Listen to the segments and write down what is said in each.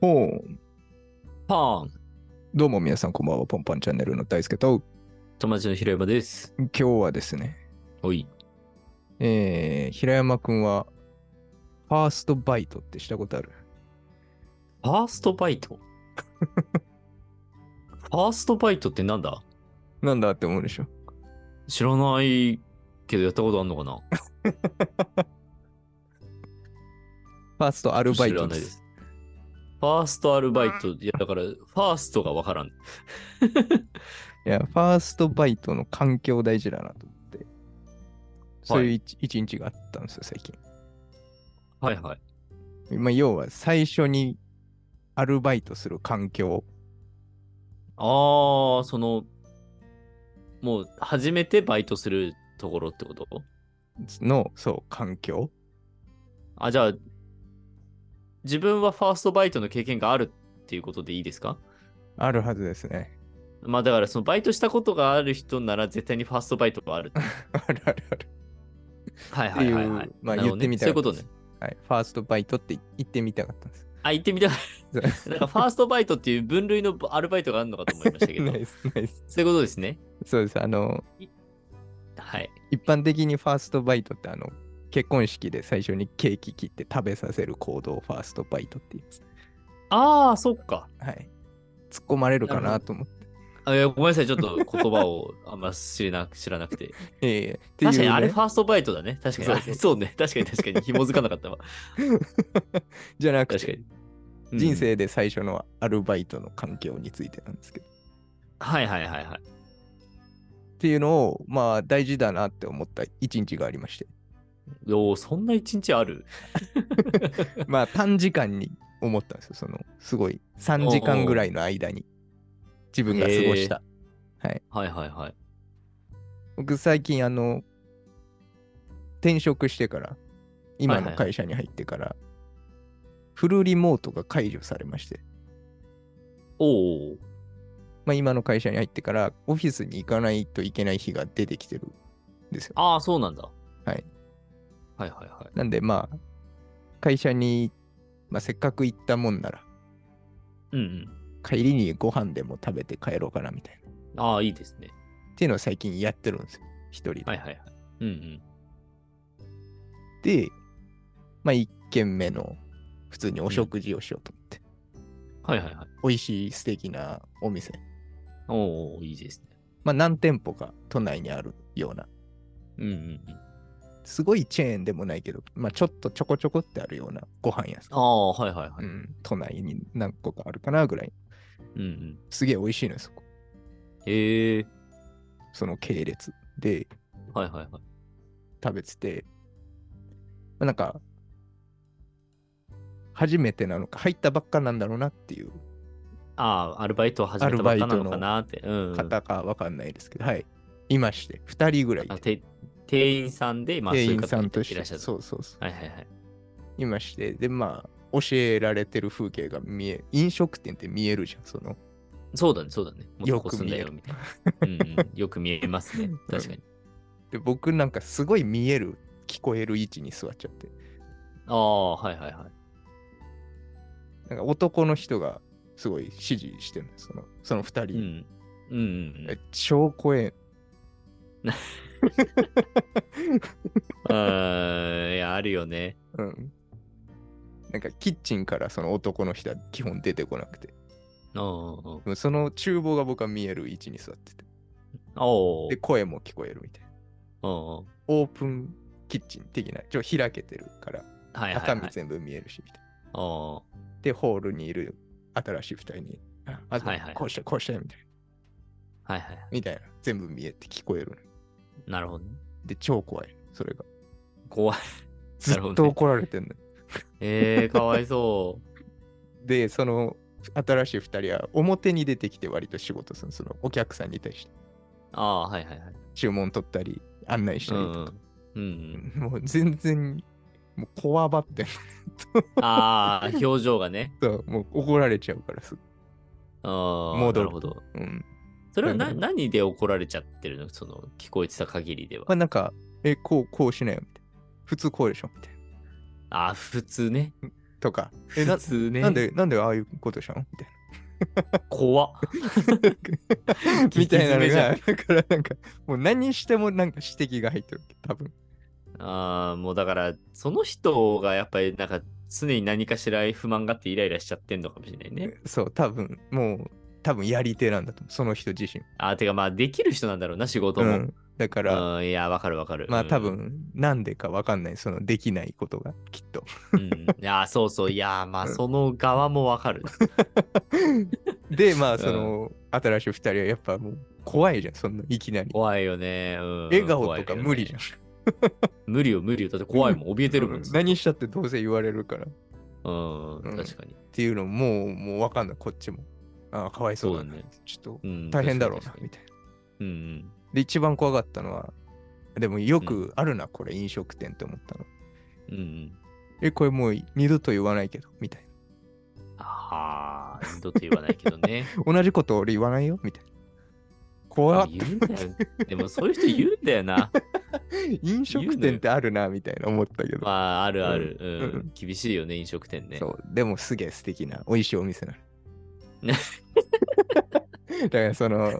おうパンどうも皆さんこんばんは、ポンパンチャンネルの大輔と、友達の平山です。今日はですね、おい。えー、平山くんは、ファーストバイトってしたことあるファーストバイト ファーストバイトってなんだなんだって思うでしょ知らないけどやったことあんのかなファーストアルバイ知らトなでいす。です。ファーストアルバイト、いやだから、ファーストがわからん。いや、ファーストバイトの環境大事だなと思って、そういう一一日があったんですよ、最近。はいはい。まあ、要は最初にアルバイトする環境。ああ、その、もう初めてバイトするところってことの、そう、環境。あ、じゃあ、自分はファーストバイトの経験があるっていうことでいいですかあるはずですね。 まあだからそのバイトしたことがある人なら絶対にファーストバイトがある。あるあるある。はいっはてい、いうはいはい。まあなる言ほっどてみたね。そういかったうことですね。はい、ファーストバイトって言ってみたかったんです。あ、行ってみ たい。そなんかファーストバイトっていう分類のアルバイトがあるのかと思いましたけう ど。ナイスナイス。そういうことですね。そうです。あの、はい。一般的にファーストバイトって、あの、結婚式で最初にケーキ切って食べさせる行動をファーストバイトって言います。ああ、そっか。はい。突っ込まれるかなと思って。あいやごめんなさい、ちょっと言葉をあんま知らな知ら なくて。ええっていう確かにあれねファーストバイトだね。確かそうそに。あうれそうね。確かに確かに。紐づかなかっ たわ。じゃなく確かて、に。うん 人。生で最初のアルバイトの環境についてなんですけど。はいはいはいはい。っていうのを、まあ、大事だなって思った一日がありまして。おお、そんな一日あるまあ、短時間に思ったんですよ。その、すごい、3時間ぐらいの間に、自分が過ごした。はいはいはい。僕、最近、あの、転職してから、今はいはいのはい会社に入ってから、フルリモートが解除されまして、おお。まあ、今の会社に入ってから、オフィスに行かないといけない日が出てきてるんですよ。ああ、そうなんだ。はい。はいはいはい。なんで、まあ、会社に、まあ、せっかく行ったもんなら、うんうん。帰りにご飯でも食べて帰ろうかなみたいな。ああ、いいですね。っていうのを最近やってるんですよ。一人で。はいはいはい。うんうん。で、まあ、一軒目の普通にお食事をしようと思って、はいはいはい。美味しい素敵なお店、おお、いいですね。まあ、何店舗か都内にあるような、うんうんうん。すごいチェーンでもないけど、まあ、ちょっとちょこちょこってあるようなご飯屋さん。ああ、はいはいはうい。ん、都内に何個かあるかなぐらい。うんうん。すげえ美味しいのよ、そこ。へえ。その系列ではいはいはい。食べてて、まあ、なんか、初めてなのか、入ったばっかなんだろうなっていうああ、アルバイトを始めたばっかなのかなって。うん、うん。方かわかんないですけど、はい。いまして、2人ぐらいいてあて店員さんで、まあ、店員さんそとういう方がしいらてっしゃる。そうそうそはいはいはい。ういましてでまあ教えられてる風景が見え飲食店って見えるじゃんそのそうだね、そうだね。もっとこうすんだよ。よ、みたいな。うん うん、よく見えますね確かに。で僕なんかすごい見える聞こえる位置に座っちゃってああ、はいはいはい。なんか男の人がすごい指示してるのそのその2う人、ん。うんうんうんえ超怖えあー。いや、あるよね。うんなんかキッチンからその男の人は基本出てこなくてうんうんうんでもその厨房が僕は見える位置に座ってておでー声も聞こえるみたいなうんうん。オープンキッチン的なちょっと開けてるからはいはい、中は身い。全部見えるしみたいなおーで、ホールにいる新しい二人に、あ、あはいはいこうして、こうして、みたいな。はいはいはい。みたいな。全部見えて聞こえるの。なるほどね。で、超怖い。それが。怖い。ずなるほっどとね怒られてんの。えー、かわ いそう。で、その新しい二人は表に出てきて割と仕事するの。そのお客さんに対してああー、はいはいはい。注文取ったり、案内しうたりんうとか。ん。うんうん、もう全然、もうこわばってんああ、表情がね。の。そうもう怒られちゃうからすぐ。ああ、戻るなるほど。うん。それはななん何で怒られちゃってるのその聞こえてた限りではまあ。なんか、え、こう、こうしなよ、みたいな。普通こうでしょ、みたいな。ああ、普通ね。とか、え、な普通ね。なんで、なんでああいうことしたのみ たい怖っ。な。みたいな激詰めのじゃが、だからなんか、もう何してもなんか指摘が入ってる。多分。ああ、もうだから、その人がやっぱりなんか常に何かしら不満があってイライラしちゃってんのかもしれないね。そう、多分、もう、多分やり手なんだと思う。その人自身。ああ、てかまあできる人なんだろうな、仕事うも。ん。だから、うん、いや、わかるわかる。まあうん多。分、なんでかわかんない。そのできないことが、きっと。うん、いや、そうそう。いや、まあその側もわかる。で、まあその、新しい二人はやっぱもう怖いじゃん、そんないきなり。怖いよね。うん、笑顔とか無理じゃん。ん。無理よ、無理よ。だって怖いもん、怯えてるもうんん。何したってどうせ言われるから。うん、うん確かに。っていうのもうもうわかんないこっちもああかわいそうだそうねだねちょっとう ん、大変だろうな確かにみ確たいなかにうんで一番怖かったのはでもようくあるな、これ飲食店って思ったのうん。うんうん。えこれもう二度と言わないけどみたいああ、二度と言わないけ どね。な同じこと俺言わないよみたいな怖っ言うんだよ。でもそういう人言うんだよ な。飲食店ってあるなみたいな思ったけど、まあ、あるある、うんう厳しいよね、飲食店ね。そうでもすげえ素敵な美味しいお店な のだからその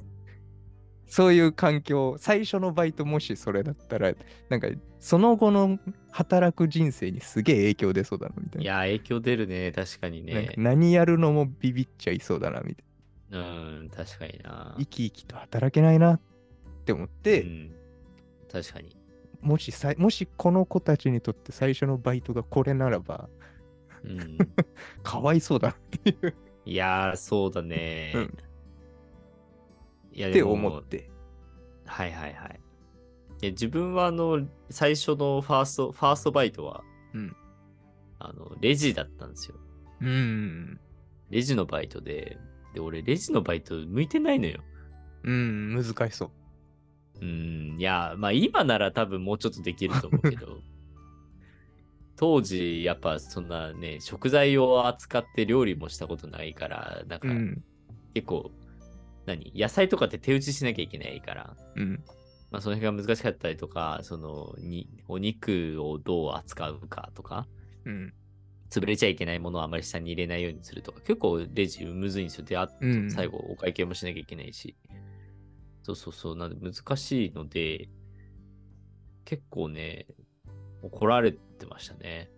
そういう環境最初のバイトもしそれだったらなんかその後の働く人生にすげえ影響出そうだなみたいいなや、影響出るね、確かになんねか。何やるのもビビっちゃいそうだなみたいうん、確かになな。生き生きと働けないなって思っうて、ん、確かに。もしさいもしこの子たちにとって最初のバイトがこれならばうん、かわいそうだいやー、そうだね。うんいや、ってでも、思ってはいはいはい。いや自分はあの、最初のファースト、ファーストバイトは、うんあの、レジだったんですよ。うんレジのバイトで、で、俺、レジのバイト向いてないのよ。うん難しそううん、いや、まあ今なら多分もうちょっとできると思う けど、当時やっぱそんなね、食材を扱って料理もしたことないから、なんかうん結構、何野菜とかって手打ちしなきゃいけないから、うんまあその辺が難しかったりとか、そのにお肉をどう扱うかとか、うん潰れちゃいけないものをあまり下に入れないようにするとか、結構レジむずいんですよ。で、あうん最後お会計もしなきゃいけないし。そうそうそう、なんで難しいので、結構ね、怒られてましたね。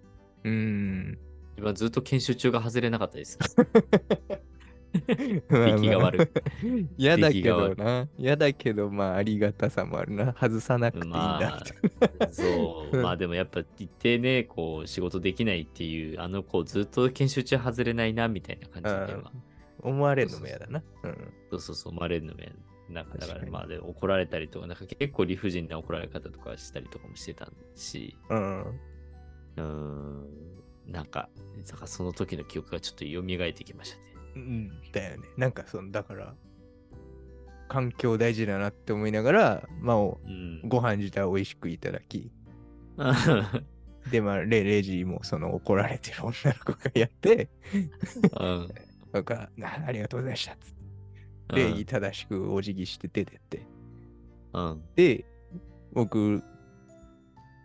うーん。自分はずっと研修中が外れなかっ たです。 出息が悪い。い。 嫌だけど出来な。嫌だけど、まあ、ありがたさもあるな。外さなくていいんだま。あ、そう。まあでもやっぱ一定ね、こう仕事できないっていう、あの子ずっと研修中外れないな、みたいな感じで、うんまあ思われるのも嫌だな。うん。そうそうそう、マレンの面。なんかだか確からにまあで怒られたりとか、なんか結構理不尽な怒られ方とかしたりとかもしてたし、うん。うーん、なんか、なんかその時の記憶がちょっと蘇ってきましたね。うん、だよね。なんか、その、だから、環境大事だなって思いながら、まあ、おうん。ご飯自体美味しくいただき、うで、まあ、レレジもその怒られてる女の子がやって、ん。なんか、あありがとうございましたっつって。礼儀正しくお辞儀して出てって。うん。で、僕、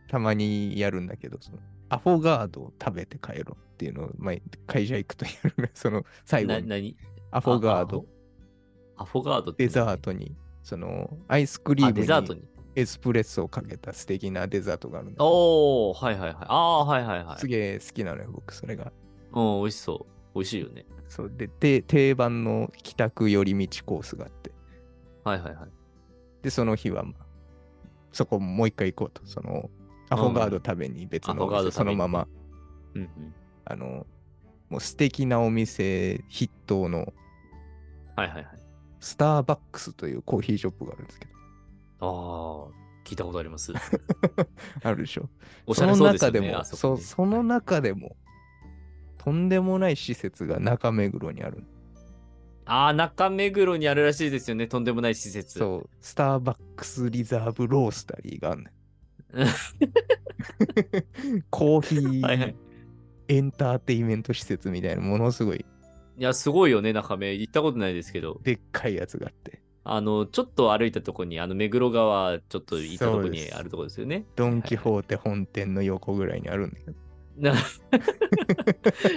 たまにやるんだけど、そのアフォガードを食べて帰ろうっていうのを、まあ、会社行くとやるね。その最後な、に、何アフォガード、。アフォガードってデ何ザートに、そのアイスクリあ、ーデザームトにに。エスプレッソをかけた素敵なデザートがあるんだけどおー、はいはいはい。あー、はいはいはすい。げえ好きなのよ、僕、それが。うん、美味しそう。美味しいよね。そうで、て定番の帰宅寄り道コースがあって、はいはいはい。で、その日は、まあ、そこもう一回行こうと、その、アフォガード食べに別アのフォガード食べにそのままうんうん。あの、もう素敵なお店筆頭のはいはいはい。スターバックスというコーヒーショップがあるんですけど、あー、聞いたことあ ります。あるでしょ。おしゃれそうですよね。の中でも、あそこうねその中でも、とんでもない施設が中目黒にある。ああ、中目黒にあるらしいですよね。とんでもない施設。そう、スターバックスリザーブロースタリーがあ るねうんんコーヒはいはいー。エンターテイメント施設みたいな、ものすごいいや、すごいよね、中目。行ったことないですけど。でっかいやつがあって、あの、ちょっと歩いたとこに、あの、目黒川、ちょっと行ったとこそうでにすあるとこですよね。ドン・キホーテ本店の横ぐらいにあるんだけど、 な確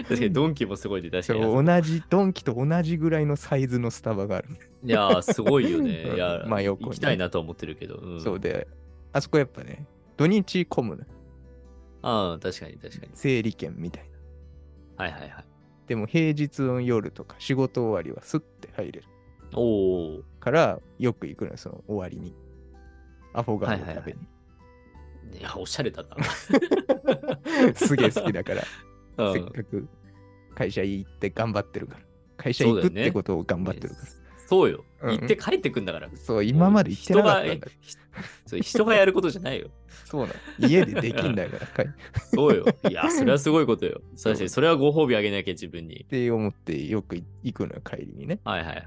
かにドンキもすごいで、確かそに。う同じドンキと同じぐらいのサイズのスタバがある、いやー、すごいよね。いや う、ん真横に行きたいなとは思ってるけど。うん、そう。であそこやっぱね土日混むのああ、確かに確かに。整理券みたいなはいはいはい。でも平日の夜とか仕事終わりはスッて入れるおお。からよく行くのよその終わりにアフォガードはいはい食はべいに、いや、おしゃれだな。 すげえ好きだから うせっんかく会社行って頑張ってるから。会社行くってことを頑張ってるから。そうよ。うん行って帰ってくんだから。そう,、今まで行ってなかったん人だが。ひそう人がやることじゃないよ。そうなの。 家でできんだ から、かいっそうよ。いや、それはすごいことよ。そうだそうし、それはご褒美あげなきゃ自分に。て思ってよく行くのよ、帰りにね。はいはいはい。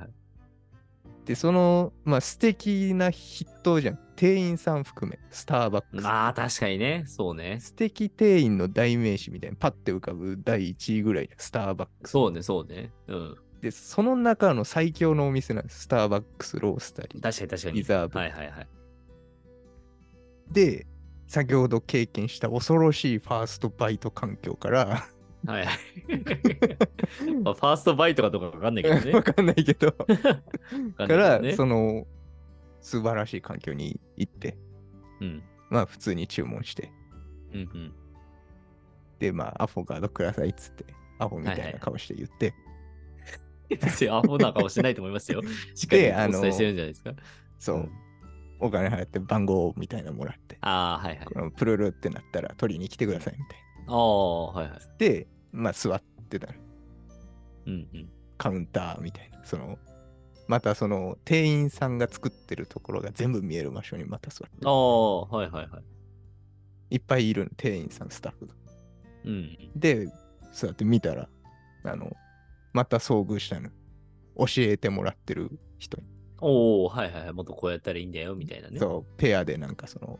で、その、まあ素敵な筆頭じゃん。店員さん含め、スターバックス。まあ、確かにね。そうね。素敵店員の代名詞みたいにパッて浮かぶ第1位ぐらいじゃんスターバックス。そうね、そうね。うん。で、その中の最強のお店なんです。スターバックスロースタリー。確かに確かに。リザーブはいはいはい。で、先ほど経験した恐ろしいファーストバイト環境から、は いはい。まあ、ファーストバイトかどうかわかんないけどね。 わかんないけど。 わかんないけかどら、ねその、素晴らしい環境に行って、うん。まあ、普通に注文して、うんうん。で、まあ、アフォガードくださいっつって、アフォみたはいいはない顔して言って、別にアホな顔してないと思 いますよ。しっかりであおの伝えしてるんじゃないですか。そう、うんお金払って番号みたいなのもらって、ああ、はいはい。このプルルってなったら取りに来てくださいみたいああ、はいはな。い。で、まあ、座ってたら、うんうん。カウンターみたいな、その、またその店員さんが作ってるところが全部見える場所にまた座ってああ、はいはいはい。いっぱいいるの店員さんスタッフがうんうん。で、そうやって見たら、あの、また遭遇したの。教えてもらってる人に。おお、はいはいはい。もっとこうやったらいいんだよ、みたいなね。そう、ペアでなんかその、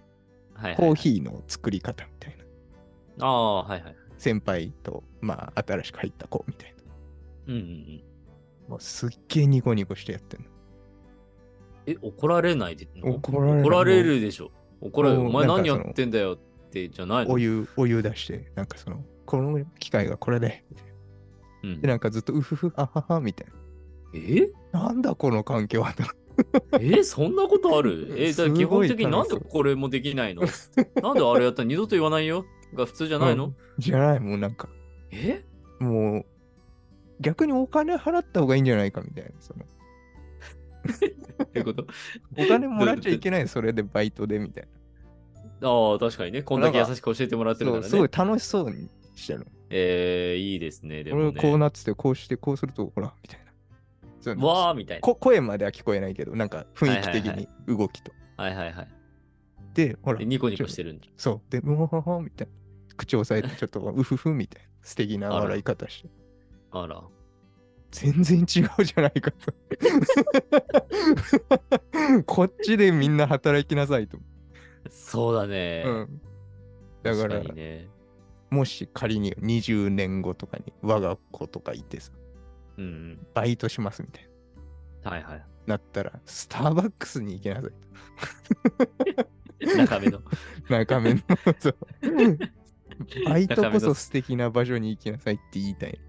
はいはいはいコーヒーの作り方みたいな。ああ、はいはい。先輩と、まあ、新しく入った子みたいな。うんうんうん。もうすっげえニコニコしてやってんの。え、怒られないで。怒られる怒られるでしょ。怒られる。もうお前なん何かやそのってんだよって、じゃないの。お湯、お湯出して、なんかその、この機械がこれで。うんで、なんかずっと、うふふ、あはは、みたいえな。なんだこの環境は。えそんなことある えだから基すご本い的になんでこれもできないの なんであれやったら二度と言わないよが普通じゃないの、うんじゃない、もうなんか、えもう、逆にお金払った方がいいんじゃないかみたいな。そのっていうことお金もらっちゃいけ ない、それでバイトでみたいああ、確かにね。こんだけ優しく教えてもらっな。てるそかう、らすごねい。楽しそうにしてる。えー、いいですね。で俺もはこうね。なってて、こうして、こうすると、ほら、みたいな。そうわーみたいこ声までは聞こえないけど、なんか雰囲気的はいに動きと。な。はいはいはい。で、ほらで、ニコニコしてるんだ。そう。で、うほほほみたいな。口押さえて、ちょっと うふふみたいな。素敵なあら笑い方して。あら。全然違うじゃないかと。 こっちでみんな働きなさいと。そうだね。うん。だから、確かにね。もし仮に20年後とかに我が子とかいてさ、うんうん。バイトしますみたいな。はいはい。なったら、スターバックスに行きなさいと。中目の。 中目の そうバイトこそ素敵な場所に行きなさいって言いたい。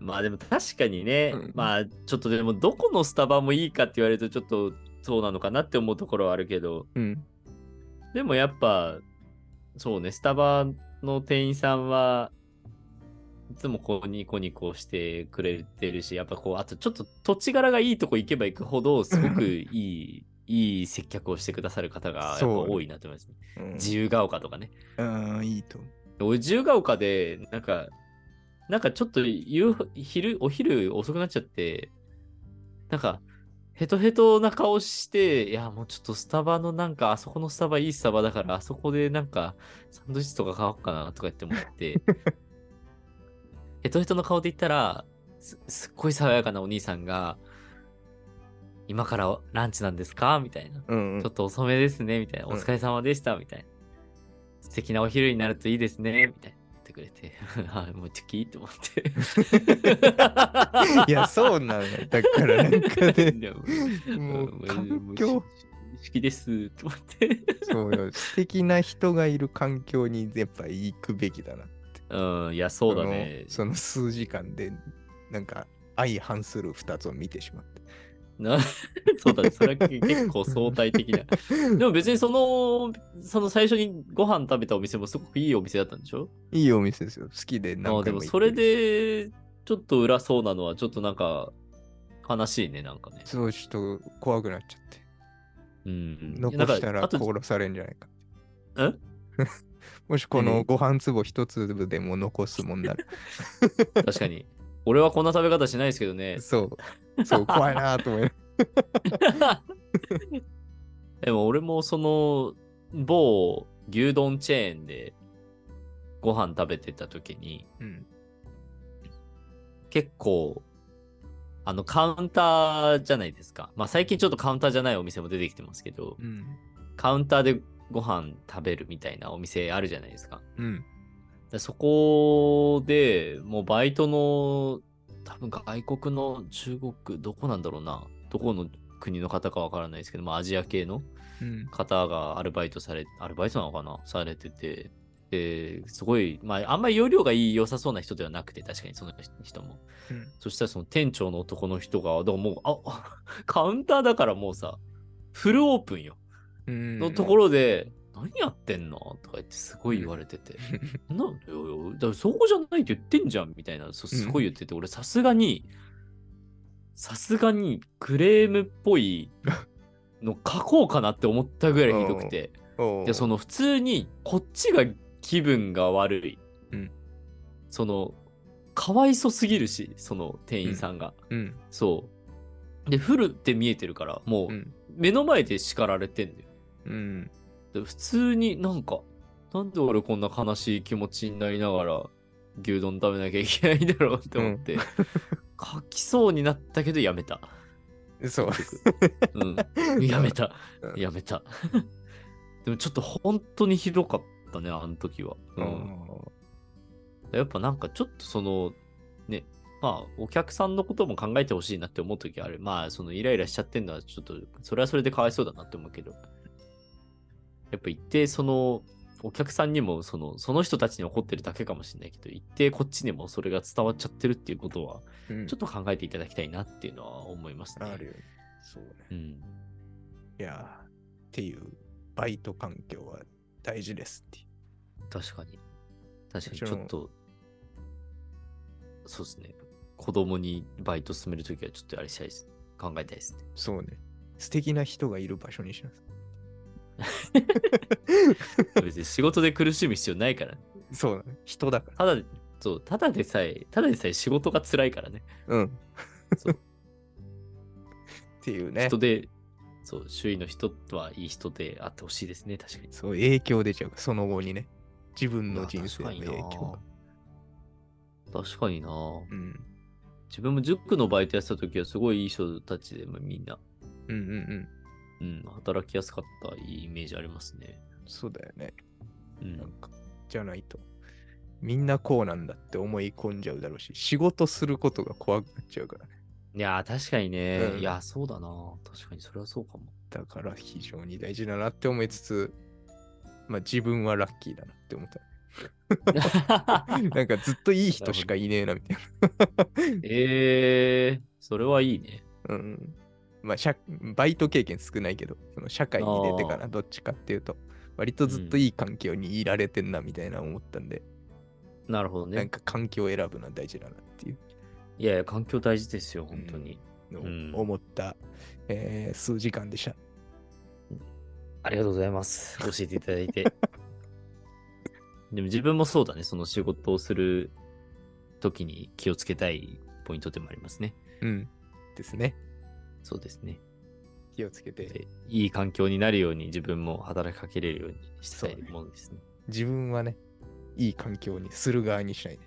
まあでも確かにね、うんまあちょっとでもどこのスタバもいいかって言われるとちょっとそうなのかなって思うところはあるけど、うん。でもやっぱ、そうね、スタバの店員さんはいつもこうニコニコしてくれてるし、やっぱこう、あとちょっと土地柄がいいとこ行けば行くほど、すごくいい、いい接客をしてくださる方がやっぱそう多いなと思いますね。うん自由が丘とかね。うん、いいと思う。俺、自由が丘で、なんか、なんかちょっと夕昼、お昼遅くなっちゃって、なんか、ヘトヘトな顔して、いや、もうちょっとスタバのなんか、あそこのスタバいいスタバだから、あそこでなんか、サンドイッチとか買おうかなとか言って思って、ヘトヘトの顔で言ったら、すすっごい爽やかなお兄さんが、今からランチなんですかみたいな。うんうんちょっと遅めですね、みたいな。うんお疲れ様でした、みたいな。素敵なお昼になるといいですね、みたいな。言ってくれて。 はい、もうチキーと思って。 いや、そうなのよ。だから、なんかね、 でももう、環境、。好きです、と思って。 そうよ。素敵な人がいる環境に、やっぱ行くべきだなって。うん、いや、そうだね。そのその数時間で、なんか、相反する2つを見てしまって。な そうだね。それは結構相対的な。でも別にその、その最初にご飯食べたお店もすごくいいお店だったんでしょいいお店ですよ。好きであ何で回もも行ってるそれ。で、ちょっと裏そうなのは、ちょっとなんか、悲しいね、なんかね。そう、ちょっと怖くなっちゃって。うん。残したなんらかあと殺されんじゃないか。ん もしこのご飯粒一粒でも残すもん なら。確かに。俺はこんな食べ方しないですけどね。そう。そう、怖いなと思いなが でも俺もその某牛丼チェーンでご飯食べてた時にら。うん。結構あのカウンターじゃないですか。まあ最近ちょっとカウンターじゃないお店も出てきてますけど、うん。カウンターでご飯食べるみたいなお店あるじゃないですか。うん。でそこでもうバイトの多分外国の中国どこなんだろうなどこの国の方かわからないですけど、まあ、アジア系のうん。方がアルバイトされアルバイトなのかなされててですごいまああんまり容量がいい良さそうな人ではなくて確かにその人もうんそしたらその店長の男の人がだからもうあ カウンターだからもうさフルオープンようんのところで、何やってんのとか言ってすごい言われてて、なんだよ、だからそこじゃないって言ってんじゃんみたいな、そうすごい言ってて、俺さすがに、さすがにクレームっぽいの書こうかなって思ったぐらいひどくて、 おうでその普通にこっちが気分が悪い、うんそのかわいそすぎるしその店員さんが、うん。そうでフルって見えてるからもううん目の前で叱られてんだようん。で普通になんか、なんで俺こんな悲しい気持ちになりながら牛丼食べなきゃいけないんだろうって思って、書きそうになったけどやめた。そう。 うん、 や めたう。んやめた。 でもちょっと本当にひどかったね、あの時は。うん、やっぱなんかちょっとその、ね、まあお客さんのことも考えてほしいなって思う時ある。まあそのイライラしちゃってんのはちょっと、それはそれでかわいそうだなって思うけど。やっぱ一定そのお客さんにもそのその人たちに怒ってるだけかもしれないけど一定こっちにもそれが伝わっちゃってるっていうことはうんちょっと考えていただきたいなっていうのは思いますね。あるよね。そうね。うん、いやー、っていう、バイト環境は大事ですっていう。確かに。確かにもちちろょんっとそうですね。子供にバイト進めるときはちょっとあれしたいです。考えたいですね。そうね。素敵な人がいる場所にしなさ別に仕事で苦しむ必要ないからね、い。そうだね。人だかただで、そう、ただでさえ、ただでさえ仕事が辛いからね。ら。うん。そうっていうね人。で、そう、周囲の人とはいい人であってほしいですね、確かに。そう、影響出ちゃう。その後にね。自分いのや人生の影響。確かになうん。自分も塾のバイトやってた時はすごいいい人たちでまあみんな、うんうんうん。うん、働きやすかったいいイメージありますね。そうだよね。うなんん、か、じゃないと。みんなこうなんだって思い込んじゃうだろうし、仕事することが怖くなっちゃうからね。いやー確かにね、うんいやそうだな確かにそれはそう かも。だから非常に大事だなって思いつつ、まあ自分はラッキーだなって 思った。なんかずっといい人しかいねえなみたいえー、それはいいね。な。うん。まあ、社バイト経験少ないけど、その社会に出てからどっちかっていうと、割とずっといい環境にいられてんなみたいな思ったんで、なるほどなんね。か環境を選ぶのは大事だなっていういやいや、環境大事ですよ、本当に。うんのを思った、えー数時間でした。ありがとうございます。教えていただいて。 でも自分もそうだね。その仕事をするときに気をつけたいポイントでもありますね。うん。ですね。そうですね。気をつけて、でいい環境になるように自分も働きかけれるようにしたいそうねものですね。自分はね、いい環境にする側にしないで。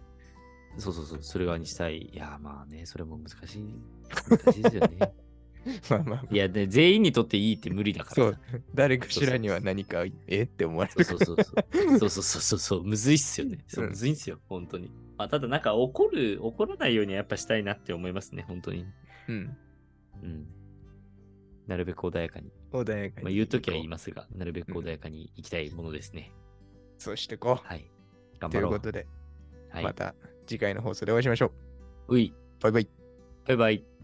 そうそうそう。それ側にしたい。いや、まあね、それも難しい。難しいですよ ね。 まあまあ、いや、で全員にとっていいって無理だからそさう。、誰かしらには何か、えって思われるそうそうそうそう。そうそうそうそう。むずいっすよね。そう、うんむずいっすよ。本当に。まあ、ただなんか怒る、怒らないようにはやっぱしたいなって思いますね。本当に。うん。うん。なるべく穏やかに。穏やかに。まあ、言うときは言いますが、なるべく穏やかに行きたいものですね。そうしてこう。はい。頑とい張うろこう。とで、はい。また次回の放送でお会いしましょう。うい。バイバイ。バイバイ。